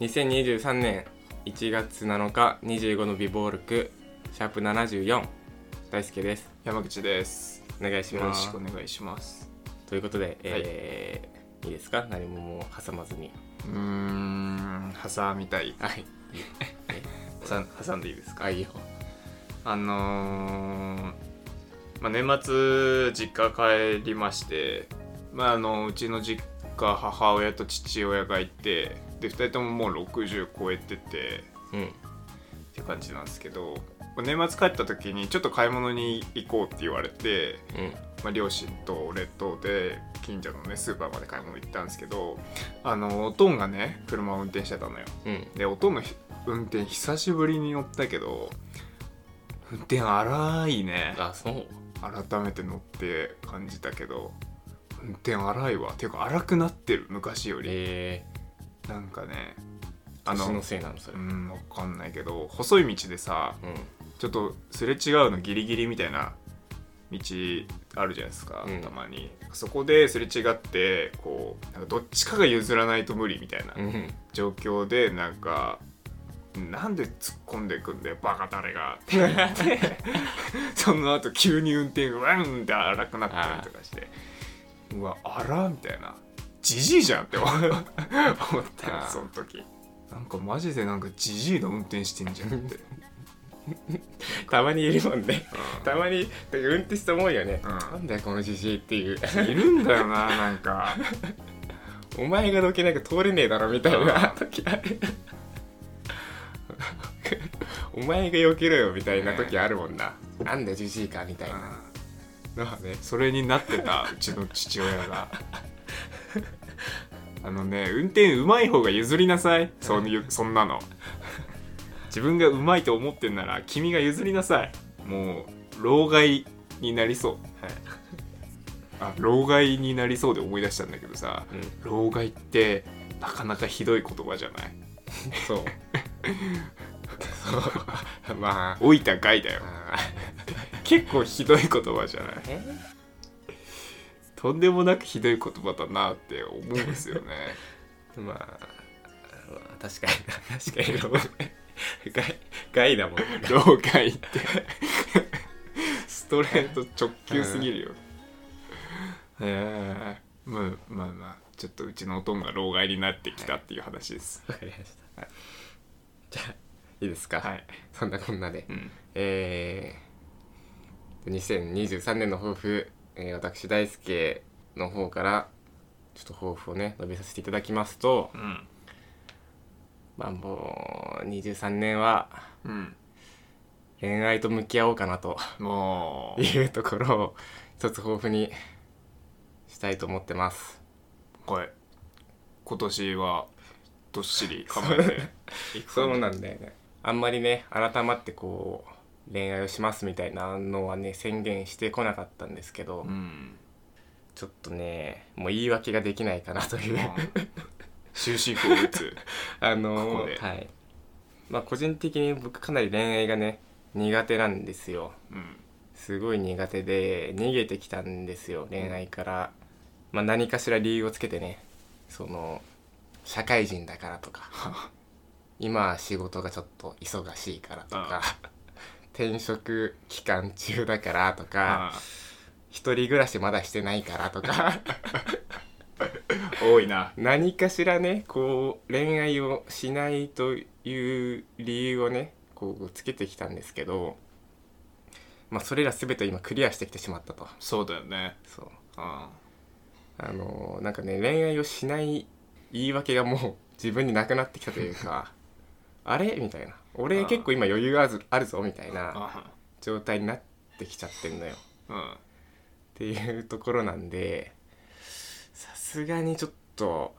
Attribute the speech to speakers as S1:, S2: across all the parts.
S1: 2023年1月7日25の美貌録シャープ74大輔です
S2: 山口です
S1: お願いし
S2: よろ
S1: ま
S2: し
S1: す
S2: くお願いします
S1: ということで、えーい、いですか何ももう挟まずに
S2: うーん挟みたい
S1: はい
S2: 挟ん挟んでいいですか
S1: あいいよ
S2: あのーまあ、年末実家帰りまして、まあ、あのうちの実家母親と父親がいてで2人とももう60超えてて
S1: うん
S2: って感じなんですけど年末帰った時にちょっと買い物に行こうって言われて、
S1: うん
S2: まあ、両親と俺とで近所のねスーパーまで買い物行ったんですけどあのおとんがね車を運転してたのよ
S1: うん
S2: でおとんのひ運転久しぶりに乗ったけど運転荒いね
S1: あそう
S2: 改めて乗って感じたけど運転荒いわていうか荒くなってる昔より
S1: え
S2: なんかね
S1: ー、
S2: あ
S1: 年
S2: の
S1: のせいなのそうれうん
S2: んわかんないけど細い道でさちょっとすれ違うのギリギリみたいな道あるじゃないですか、
S1: うん
S2: たまにそこですれ違ってこうなんかどっちかが譲らないと無理みたいな
S1: うん
S2: 状況でなんかなんで突っ込んでくんだよバカ誰がって言って その後急に運転がワンって荒くなったりとかしてうわあらみたいなじじいじゃんっ て思思ったよ
S1: あー
S2: その時なんかマジでなんかじじいの運転してんじゃんって、
S1: たまにいるもんねたまにてか運転して思うよね、
S2: うん
S1: なんだよこのじじいっていう
S2: うんいるんだよななんか
S1: お前がどけなきゃ通れねえだろみたいな時ある お前がよけろよみたいな時あるもんな、なんだじじいかみたいな、
S2: だからねそれになってたうちの父親があのね運転うまい方が譲りなさいそういうそんなの自分がうまいと思ってんなら君が譲りなさいもう老害になりそうあ老害になりそうで思い出したんだけどさ
S1: うん、
S2: 老害ってなかなかひどい言葉じゃない
S1: そうそうまあ
S2: 老いた害だよ
S1: あ
S2: 結構ひどい言葉じゃない
S1: ーえ
S2: とんでもなくひどい言葉だなって思うんですよ ね
S1: まあまあ確かに確かに老害害だもん
S2: 老害ってストレート直球すぎるよええまあまあまあちょっとうちのおとんが老害になってきたっていう話です
S1: わかりました、じゃあいいですか、
S2: はい、
S1: そんなこんなで、
S2: うん、
S1: えー、2023年の抱負、えー私大輔の方からちょっと抱負をね述べさせていただきますと
S2: うん
S1: まあもう23年は
S2: うん
S1: 恋愛と向き合おうかなと
S2: もう
S1: いうところを一つ抱負にしたいと思ってます
S2: これ今年はどっしり 構えていく
S1: そうなんだよねあんまりね改まってこう恋愛をしますみたいなのはね宣言してこなかったんですけど、
S2: うん
S1: ちょっとねもう言い訳ができないかなという
S2: 終止符を打つ
S1: あのー
S2: ここで
S1: はいまあ個人的に僕かなり恋愛がね苦手なんですよ
S2: うん
S1: すごい苦手で逃げてきたんですよ恋愛から、まあ何かしら理由をつけてねその社会人だからとか 今は仕事がちょっと忙しいからとか転職期間中だからとか
S2: あ
S1: 一人暮らしまだしてないからとか
S2: 多いな
S1: 何かしらねこう恋愛をしないという理由をねこうつけてきたんですけど、まあ、それら全て今クリアしてきてしまったと
S2: そうだよね
S1: そう
S2: うん
S1: あのなんかね恋愛をしない言い訳がもう 自分になくなってきたというかあれみたいな俺
S2: あー
S1: 結構今余裕があるあるぞみたいな
S2: あ
S1: 状態になってきちゃってんのよ
S2: うん
S1: っていうところなんでさすがにちょっと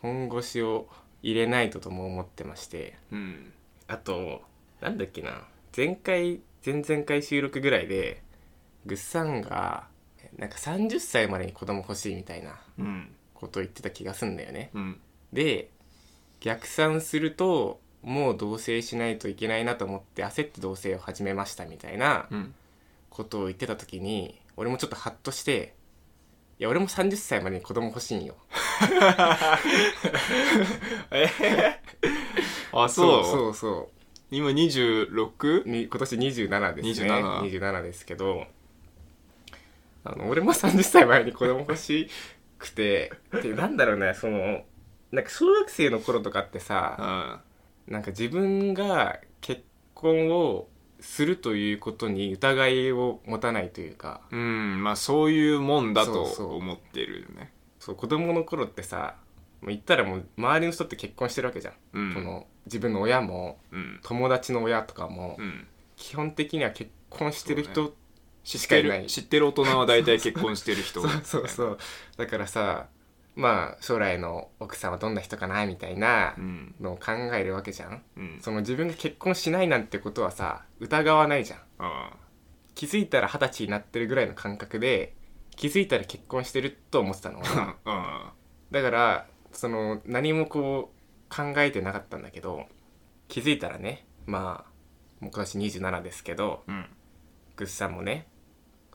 S1: 本腰を入れないととも思ってまして
S2: うん
S1: あとなんだっけな前回前々回収録ぐらいでぐっさんがなんか30歳までに子供欲しいみたいな
S2: うん
S1: ことを言ってた気がすんだよね
S2: うん
S1: で逆算するともう同棲しないといけないなと思って焦って同棲を始めましたみたいな
S2: うん
S1: ことを言ってた時に俺もちょっとハッとして「いや俺も30歳までに子供欲しいんよ
S2: えあ
S1: そう
S2: そう
S1: そうそ
S2: 今 26?
S1: うに今年27ですね
S2: 27
S1: 27ですけどあの俺も30歳前に子供欲しくてでなんだろうねそのなんか小学生の頃とかってさ、
S2: うん
S1: なんか自分が結婚をするということに疑いを持たないというか
S2: うんまあそういうもんだと
S1: そうそう
S2: 思ってるよね
S1: そう子供の頃ってさもう言ったらもう周りの人って結婚してるわけじゃん、
S2: うん
S1: その自分の親も
S2: うん
S1: 友達の親とかも、
S2: うん
S1: 基本的には結婚してる
S2: そう
S1: 人
S2: 知
S1: か
S2: って
S1: いない
S2: る知ってる大人は大体結婚してる人
S1: そう,、 そうそうだからさまあ将来の奥さんはどんな人かなみたいな
S2: うん
S1: のを考えるわけじゃん、
S2: うん
S1: その自分が結婚しないなんてことはさ疑わないじゃん
S2: あ
S1: 気づいたら二十歳になってるぐらいの感覚で気づいたら結婚してると思ってた の俺は
S2: ああ
S1: だからその何もこう考えてなかったんだけど気づいたらねまあもう今年27ですけど
S2: うん
S1: ぐっさんもね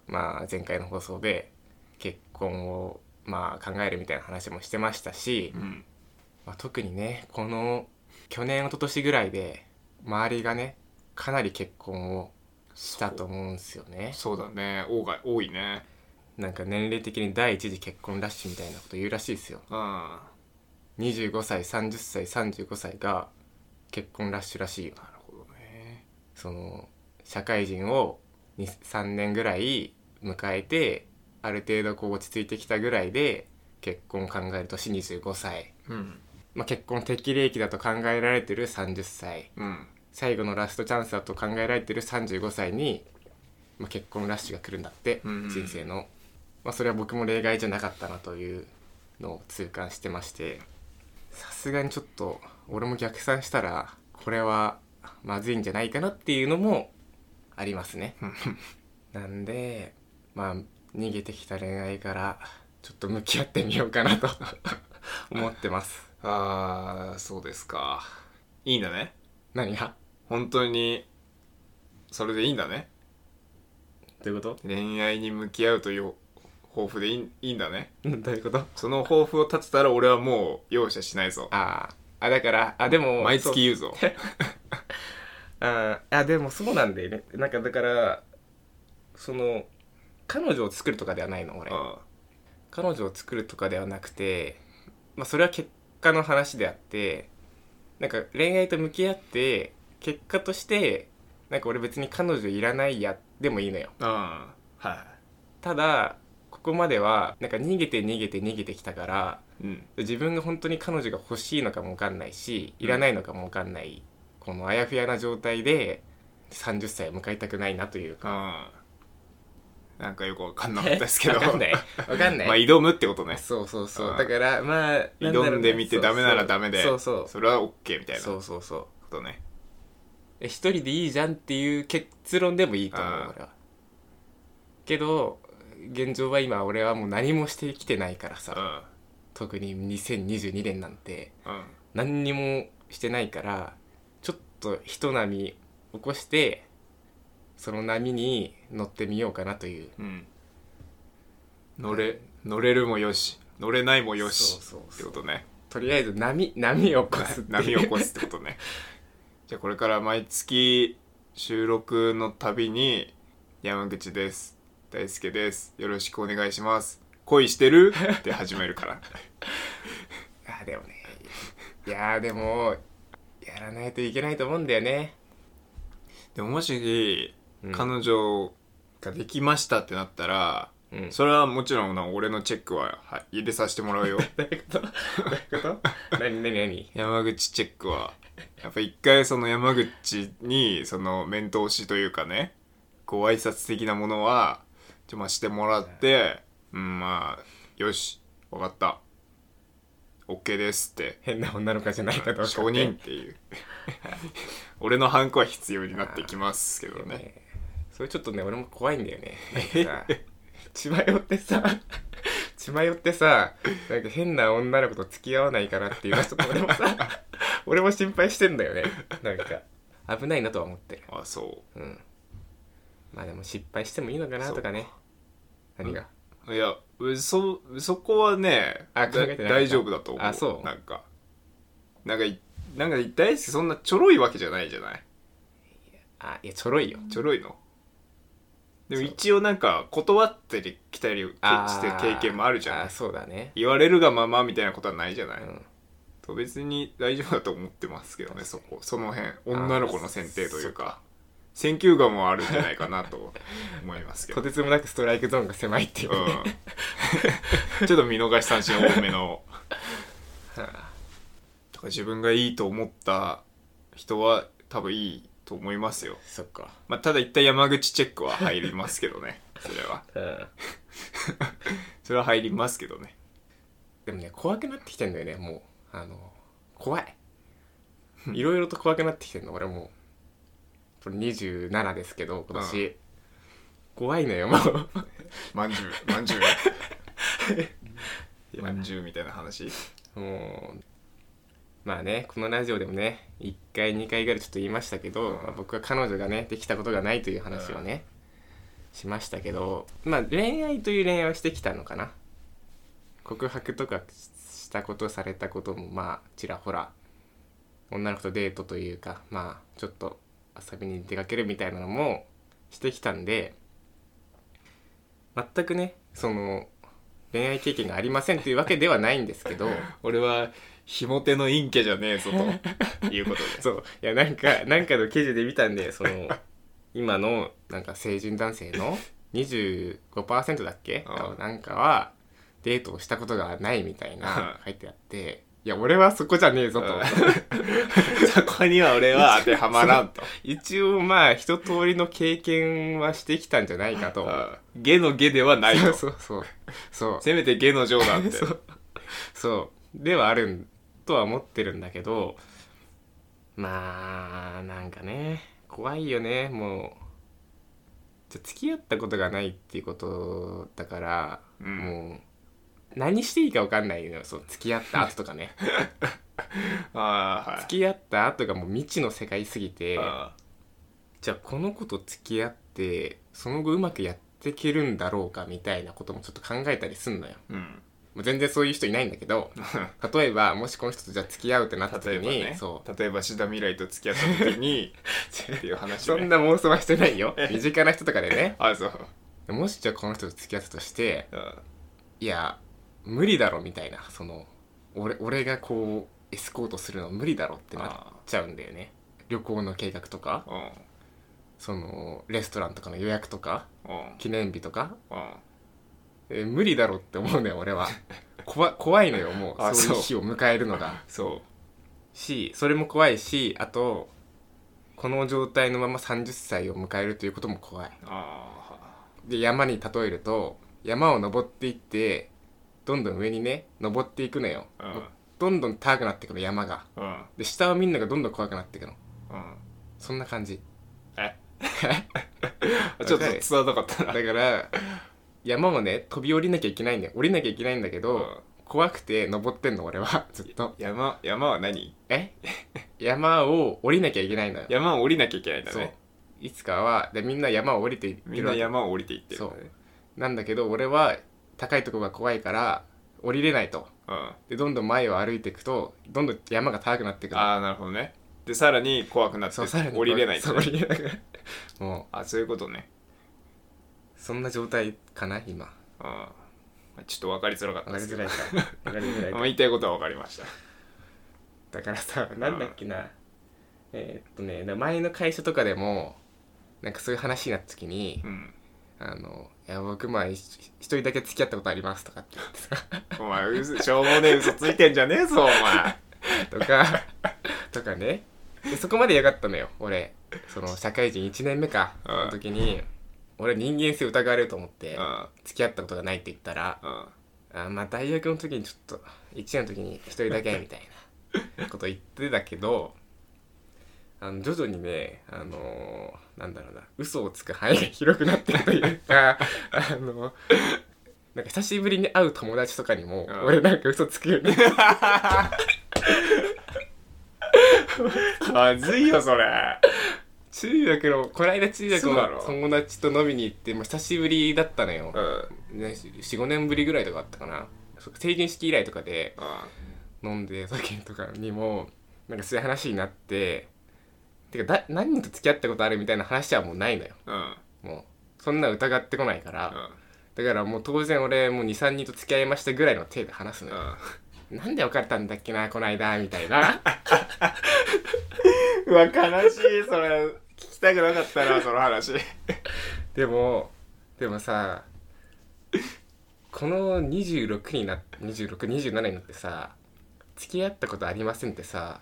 S1: まあ前回の放送で結婚をまあ考えるみたいな話もしてましたし、
S2: うん
S1: まあ、特にねこの去年一昨年ぐらいで周りがねかなり結婚をしたと思うんですよね。
S2: そうだね多が多いね
S1: なんか年齢的に第一次結婚ラッシュみたいなこと言うらしいですよ
S2: あ
S1: 25歳30歳35歳が結婚ラッシュらしいよ
S2: あなるほどね
S1: その社会人を3年ぐらい迎えてある程度こう落ち着いてきたぐらいで結婚を考える年25歳、
S2: うん
S1: まあ、結婚適齢期だと考えられてる30歳
S2: うん
S1: 最後のラストチャンスだと考えられてる35歳に、まあ、結婚ラッシュが来るんだって、
S2: うんうん
S1: 人生の、まあ、それは僕も例外じゃなかったなというのを痛感してましてさすがにちょっと俺も逆算したらこれはまずいんじゃないかなっていうのもありますね。なんでまあ逃げてきた恋愛からちょっと向き合ってみようかな と思ってます。
S2: ああそうですかいいんだね
S1: 何が
S2: 本当にそれでいいんだね
S1: どういうこと
S2: 恋愛に向き合うという抱負でいいいいんだね
S1: うんどういうこと
S2: その抱負を立てたら俺はもう容赦しないぞ
S1: あーあだからあでも
S2: 毎
S1: そう
S2: 月言うぞ
S1: あーあでもそうなんだよねなんかだからその彼女を作るとかではないの俺
S2: あ
S1: 彼女を作るとかではなくてまあそれは結果の話であってなんか恋愛と向き合って結果としてなんか俺別に彼女いらないやでもいいのよ
S2: あは
S1: ただここまではなんか逃げて逃げて逃げてきたから
S2: いうん
S1: 自分が本当に彼女が欲しいのかも分かんないしいらないのかも分かんない、このあやふやな状態で30歳を迎えたくないなというか
S2: うんなんかよくわかんなかったですけど
S1: 分かんない分かんない、
S2: まあ挑むってことね
S1: そうそうそううんだからまあなんだろうね
S2: 挑んでみてダメならダメで
S1: そうそう
S2: それは OK みたいな
S1: そ
S2: こ
S1: うそうそう
S2: とね
S1: え一人でいいじゃんっていう結論でもいいと思
S2: うん
S1: う俺はけど現状は今俺はもう何もしてきてないから
S2: う
S1: さ
S2: ん
S1: 特に2022年なんて
S2: うん
S1: 何にもしてないからちょっと人波起こしてその波に乗ってみようかなという
S2: うん乗れ乗れるもよし乗れないもよし
S1: そうそう
S2: って
S1: そう
S2: ことね
S1: とりあえず波波を 起こすっていう
S2: 波を起こすってことね じゃあこれから毎月収録のたびに「山口です大輔ですよろしくお願いします恋してる?」って始めるから
S1: あでもねいやーでもやらないといけないと思うんだよね
S2: でももし
S1: うん
S2: 彼女ができましたってなったら、
S1: うん
S2: それはもちろんな俺のチェックはは入れさせてもらうよ
S1: どういうことどういうこと何何何
S2: 山口チェックはやっぱ一回その山口にその面通しというかねご挨拶的なものはちょまあしてもらって、うん、まあよし分かった OK ですって
S1: 変な女の子じゃないかどうかって
S2: 承認っていう 俺のハンコは必要になってきますけどね
S1: ねそれちょっとね俺も怖いんだ よねなんかさ血迷ってさ血迷ってさなんか変な女の子と付き合わないかなっていうのはちょっと俺も さ俺も心配してんだよねなんか危ないなとは思ってる
S2: あそ
S1: うんまあでも失敗してもいいのかなとかね何が、
S2: ういやそそこはね
S1: あ
S2: だ
S1: 考えてなかった
S2: 大丈夫だと思う
S1: あそう
S2: なんかなんかいなんか大輔そんなちょろいわけじゃないじゃない
S1: あいやちょろいよ
S2: ちょろいのでも
S1: そう
S2: 一応なんか断ってきたりしてる経験もあるじゃない
S1: あーそうだね
S2: 言われるがままみたいなことはないじゃない、
S1: うん
S2: と別に大丈夫だと思ってますけどねそこその辺女の子の選定というか選球眼もあるんじゃないかなと思いますけど
S1: と、てつもなくストライクゾーンが狭いっていう、ね
S2: うん、ちょ っと見逃し三振多め のだから自分がいいと思った人は多分いいと思いますよ、
S1: そっか
S2: まあ、ただ一旦山口チェックは入りますけど ねそれは
S1: うん
S2: それは入りますけどね
S1: でもね怖くなってきてんだよねもうあの怖いいろいろと怖くなってきてんの俺もうこれ27ですけど今年、怖いのよもう
S2: まんじゅうまんじゅうまんじゅうみたいな話
S1: もうまあねこのラジオでもね1回2回ぐらいちょっと言いましたけど、まあ僕は彼女がねできたことがないという話をね、しましたけどまあ恋愛という恋愛をしてきたのかな告白とかしたことされたこともまあちらほら女の子とデートというかまあちょっと遊びに出かけるみたいなのもしてきたんで全くねその恋愛経験がありませんというわけではないんですけど
S2: 俺はひも手の陰キャじゃねえぞということ で
S1: そういやなんかなんかの記事で見たんでそ の今のなんか成人男性の25%だっけ
S2: ああ
S1: なんかはデートをしたことがないみたい
S2: あ
S1: な
S2: あ
S1: 書いてあっていや俺はそこじゃねえぞと
S2: ああそこには俺は当てはまら んと
S1: 一応まあ一通りの経験はしてきたんじゃないかと
S2: うん下の下ではない
S1: そう
S2: と
S1: そうそうそう
S2: せめて下の上だって
S1: そう そうではあるんとは思ってるんだけどまあなんかね怖いよねもうじゃ付き合ったことがないっていうことだから、
S2: うん
S1: もう何していいか分かんないのよそう付き合った後とかね
S2: ああはい
S1: 付き合った後がもう未知の世界すぎて
S2: あ
S1: じゃあこの子と付き合ってその後うまくやっていけるんだろうかみたいなこともちょっと考えたりすんのよ
S2: あうん
S1: もう全然そういう人いないんだけど例えばもしこの人とじゃあ付き合うってなった時
S2: 例えば
S1: に、
S2: ね
S1: そう
S2: 例えば志田未来と付き合った時 にっていう話
S1: そ
S2: ね
S1: んな妄想はしてない よ身近な人とかでね
S2: あそう
S1: もしじゃあこの人と付き合ったとして
S2: うん
S1: いや無理だろみたいなその俺俺がこうエスコートするの無理だろってなっちゃうんだよね旅行の計画とか
S2: うん
S1: そのレストランとかの予約とか
S2: うん
S1: 記念日とか、
S2: うん
S1: えー無理だろって思うのよ俺は怖怖いのよも
S2: あ
S1: うそういう
S2: そう
S1: 日を迎えるのが
S2: そ
S1: しそれも怖いしあとこの状態のまま30歳を迎えるということも怖いう
S2: あ
S1: で山に例えると山を登っていってどんどん上にね登っていくのよ、
S2: あうん
S1: どんどん高くなってくの山が
S2: うん
S1: で下を見るのがどんどん怖くなってくの
S2: うん
S1: そんな感じ
S2: えちょっと伝わらなかった
S1: だ
S2: な
S1: から山をね飛び降りなきゃいけないんだよ降りなきゃいけないんだけど、
S2: うん
S1: 怖くて登ってんの俺はずっと
S2: 山山は何
S1: え 山を降りなきゃいけないのよ
S2: 山を降りなきゃいけないんだ
S1: そう
S2: ね
S1: いつかはでみんな山を降りていって
S2: みん
S1: るわ
S2: な
S1: け
S2: 山を降りていってるんだね
S1: なんだけど俺は高いとこが怖いから降りれないと
S2: うんあ
S1: でどんどん前を歩いていくとどんどん山が高くなっていくの
S2: あーなるほどねでさらに怖くなって
S1: そうさらに
S2: 降りれないん
S1: そ
S2: だ
S1: う
S2: ね
S1: 降りれないも
S2: あそういうことね
S1: うそんな状態かな今
S2: うんまあちょっと分かりづらかった
S1: 分かり
S2: け
S1: づ
S2: ど
S1: ら いか分かりづらいか
S2: まあ言いたいことは分かりました
S1: だからさなんだっけなえーっとねだ前の会社とかでもなんかそういう話になった時に
S2: うん
S1: 「あのいや僕まあ一一人だけ付き合ったことあります」とかって言ってさ
S2: お前嘘しょうもねえ嘘ついてんじゃねえぞお前
S1: とか とかねでそこまでよかったのよ俺その社会人1年目か
S2: うん
S1: の時に俺人間性疑われると思って
S2: うん
S1: 付き合ったことがないって言ったら
S2: うん
S1: あまあ大学の時にちょっと1年の時に一人だけみたいな こと言ってたけどあの徐々にねあのーなんだろうな嘘をつく範囲が広くなってるという かあのなんか久しぶりに会う友達とかにも、
S2: うん
S1: 俺なんか嘘つくよね
S2: まずいよそれ
S1: 中学のこの間中学
S2: そうだろ
S1: の友達と飲みに行ってもう久しぶりだったのよ
S2: う、ん
S1: ね、45年ぶりぐらいとかあったかなそう成人式以来とかで
S2: うん
S1: 飲んでた時とかにもなんかそういう話になっててかだ何人と付き合ったことあるみたいな話はもうないのよ
S2: うん
S1: もうそんな疑ってこないから、だからもう当然俺もう23人と付き合いましたぐらいの手で話すの
S2: う
S1: よ、
S2: ん
S1: なんで別れたんだっけなこの間みたいな
S2: うわ悲しいそれ聞きたくなかったなその話
S1: でもでもさこの26にな2627になってさ付き合ったことありませんってさ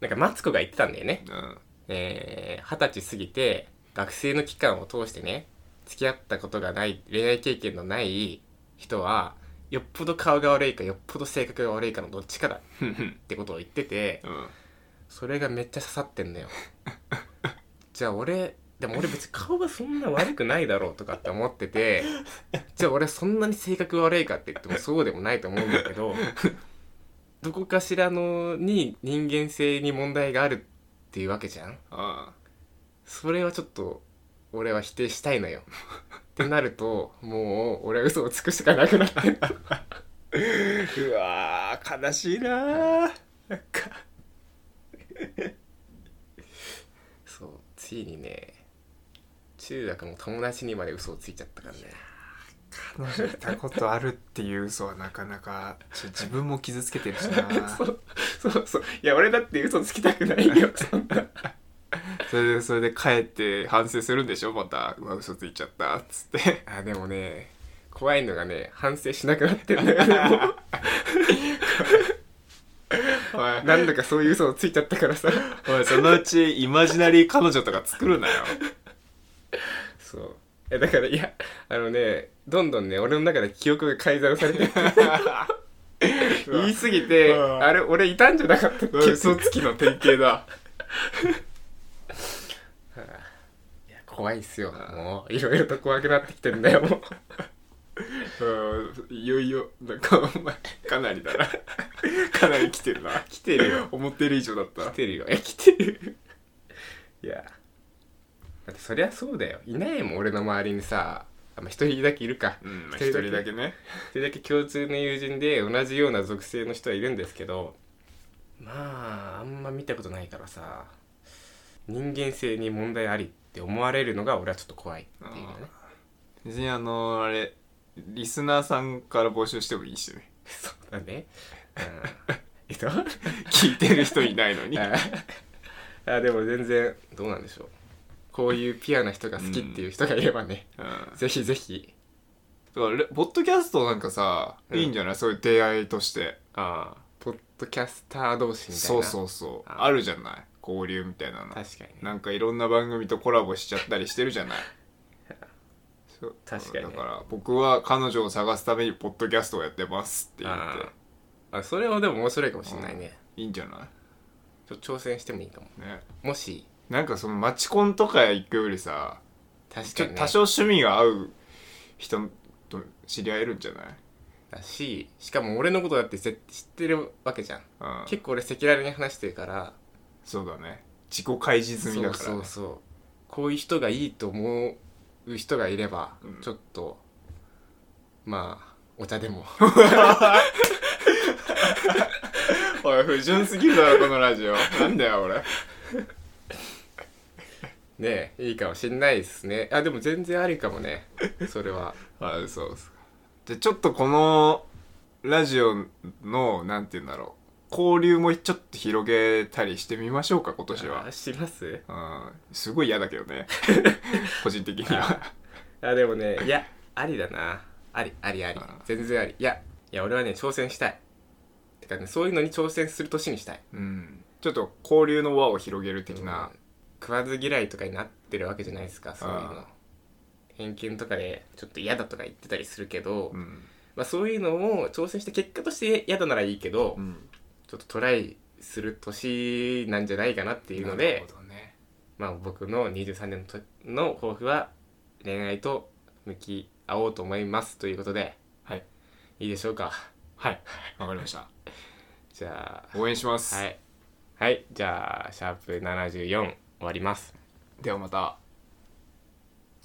S1: なんかマツコが言ってたんだよね
S2: うん
S1: えー二十歳過ぎて学生の期間を通してね付き合ったことがない恋愛経験のない人はよっぽど顔が悪いかよっぽど性格が悪いかのどっちかだっ
S2: うん
S1: てことを言っててそれがめっちゃ刺さってんだよ じゃあ俺でも俺別に顔がそんな悪くないだろうとかって思っててじゃあ俺そんなに性格悪いかって言ってもそうでもないと思うんだけどどこかしらのに人間性に問題があるっていうわけじゃん
S2: うん
S1: それはちょっと俺は否定したいのよってなるともう俺は嘘をつくしかなくなってる
S2: うわー悲しいなーなんか
S1: そうついにね中学の友達にまで嘘をついちゃったからね
S2: 彼女いたことあるっていう嘘はなかなかちょ自分も傷つけてるしなー
S1: そうそうそういや俺だって嘘つきたくないよそんな
S2: それでそれで帰って反省するんでしょまたうわ嘘ついちゃったっつって
S1: あでもね怖いのがね反省しなくなってんだよね もう
S2: おい
S1: 何だかそういう嘘をついちゃったからさ
S2: おいそのうちイマジナリー彼女とか作るなよ
S1: そうえだからいやあのねどんどんね俺の中で記憶が改ざんされて 言い過ぎて
S2: うん
S1: あれ俺いたんじゃなかったっけ
S2: うわ嘘つきの典型だ
S1: いや 怖いっすよもういろいろと怖くなってきてんだよもう
S2: うんいよいよなんかお前かなりだ なかなり来てるな
S1: 来てるよ
S2: 思ってる以上だった
S1: 来てるよえ来てるいやだってそりゃそうだよいないもん俺の周りにさあまあ一人だけいるか
S2: うんまあ一人だけね
S1: 一人だけ共通の友人で同じような属性の人はいるんですけどまああんま見たことないからさ人間性に問題ありって思われるのが俺はちょっと怖いっていうね
S2: 別にあのあれリスナーさんから募集してもいいしね
S1: そうだね、 うん、えっと
S2: 聞いてる人いないのに
S1: ああでも全然どうなんでしょうこういうピュアな人が好きっていう人がいればね、
S2: うん
S1: ぜひぜひ
S2: だからレポッドキャストなんかさ、
S1: うん
S2: いいんじゃないそういう出会いとして
S1: ああポッドキャスター同士みたいな
S2: そうそうそう
S1: あー
S2: あるじゃない交流みたいなの
S1: 確かにね
S2: なんかいろんな番組とコラボしちゃったりしてるじゃ ないそう
S1: 確かにね
S2: だから僕は彼女を探すためにポッドキャストをやってますって言っ
S1: あああそれはでも面白いかもしれないね、
S2: ていいんじゃな
S1: ちょっと挑戦してもいいかも
S2: いね
S1: もし
S2: なんかそのマチコンとか行くよりさ
S1: 確
S2: ち
S1: か
S2: ょ
S1: に、ね、
S2: 多少趣味が合う人と知り合えるんじゃない
S1: だししかも俺のことだってぜ知ってるわけじゃん
S2: うん
S1: 結構俺赤裸々に話してるから
S2: そうだね自己開示済み
S1: そ
S2: だ
S1: う
S2: から
S1: そ
S2: ね、
S1: うそうこういう人がいいと思う人がいれば、
S2: うん
S1: ちょっとまあお茶で も
S2: おい不純すぎるだろこのラジオなんだよ俺
S1: ねいいかもしんないですねあでも全然ありかもねそれは
S2: あそうですかじゃあちょっとこのラジオのなんて言うんだろう交流もちょっと広げたりしてみましょうか今年は
S1: あします
S2: うんすごい嫌だけど ね個人的には
S1: あでもねい やありだなありありあり
S2: あ
S1: 全然ありいやいや俺はね挑戦したいてかねそういうのに挑戦する年にしたい
S2: うんちょっと交流の輪を広げる的な、
S1: 食わず嫌いとかになってるわけじゃないですかそういう
S2: あ
S1: の
S2: あ
S1: 偏見とかでちょっと嫌だとか言ってたりするけど、
S2: うん
S1: まあ、そういうのを挑戦した結果として嫌だならいいけど、
S2: うん、
S1: ちょっとトライする年なんじゃないかなっていうので、
S2: なるほどね
S1: まあ、僕の23年のとの抱負は恋愛と向き合おうと思いますということで
S2: はい
S1: いいでしょうか
S2: はいわかりました
S1: じゃ
S2: 応援しま
S1: あ
S2: す、
S1: はいはいじゃあシャープ74終わります
S2: ではまた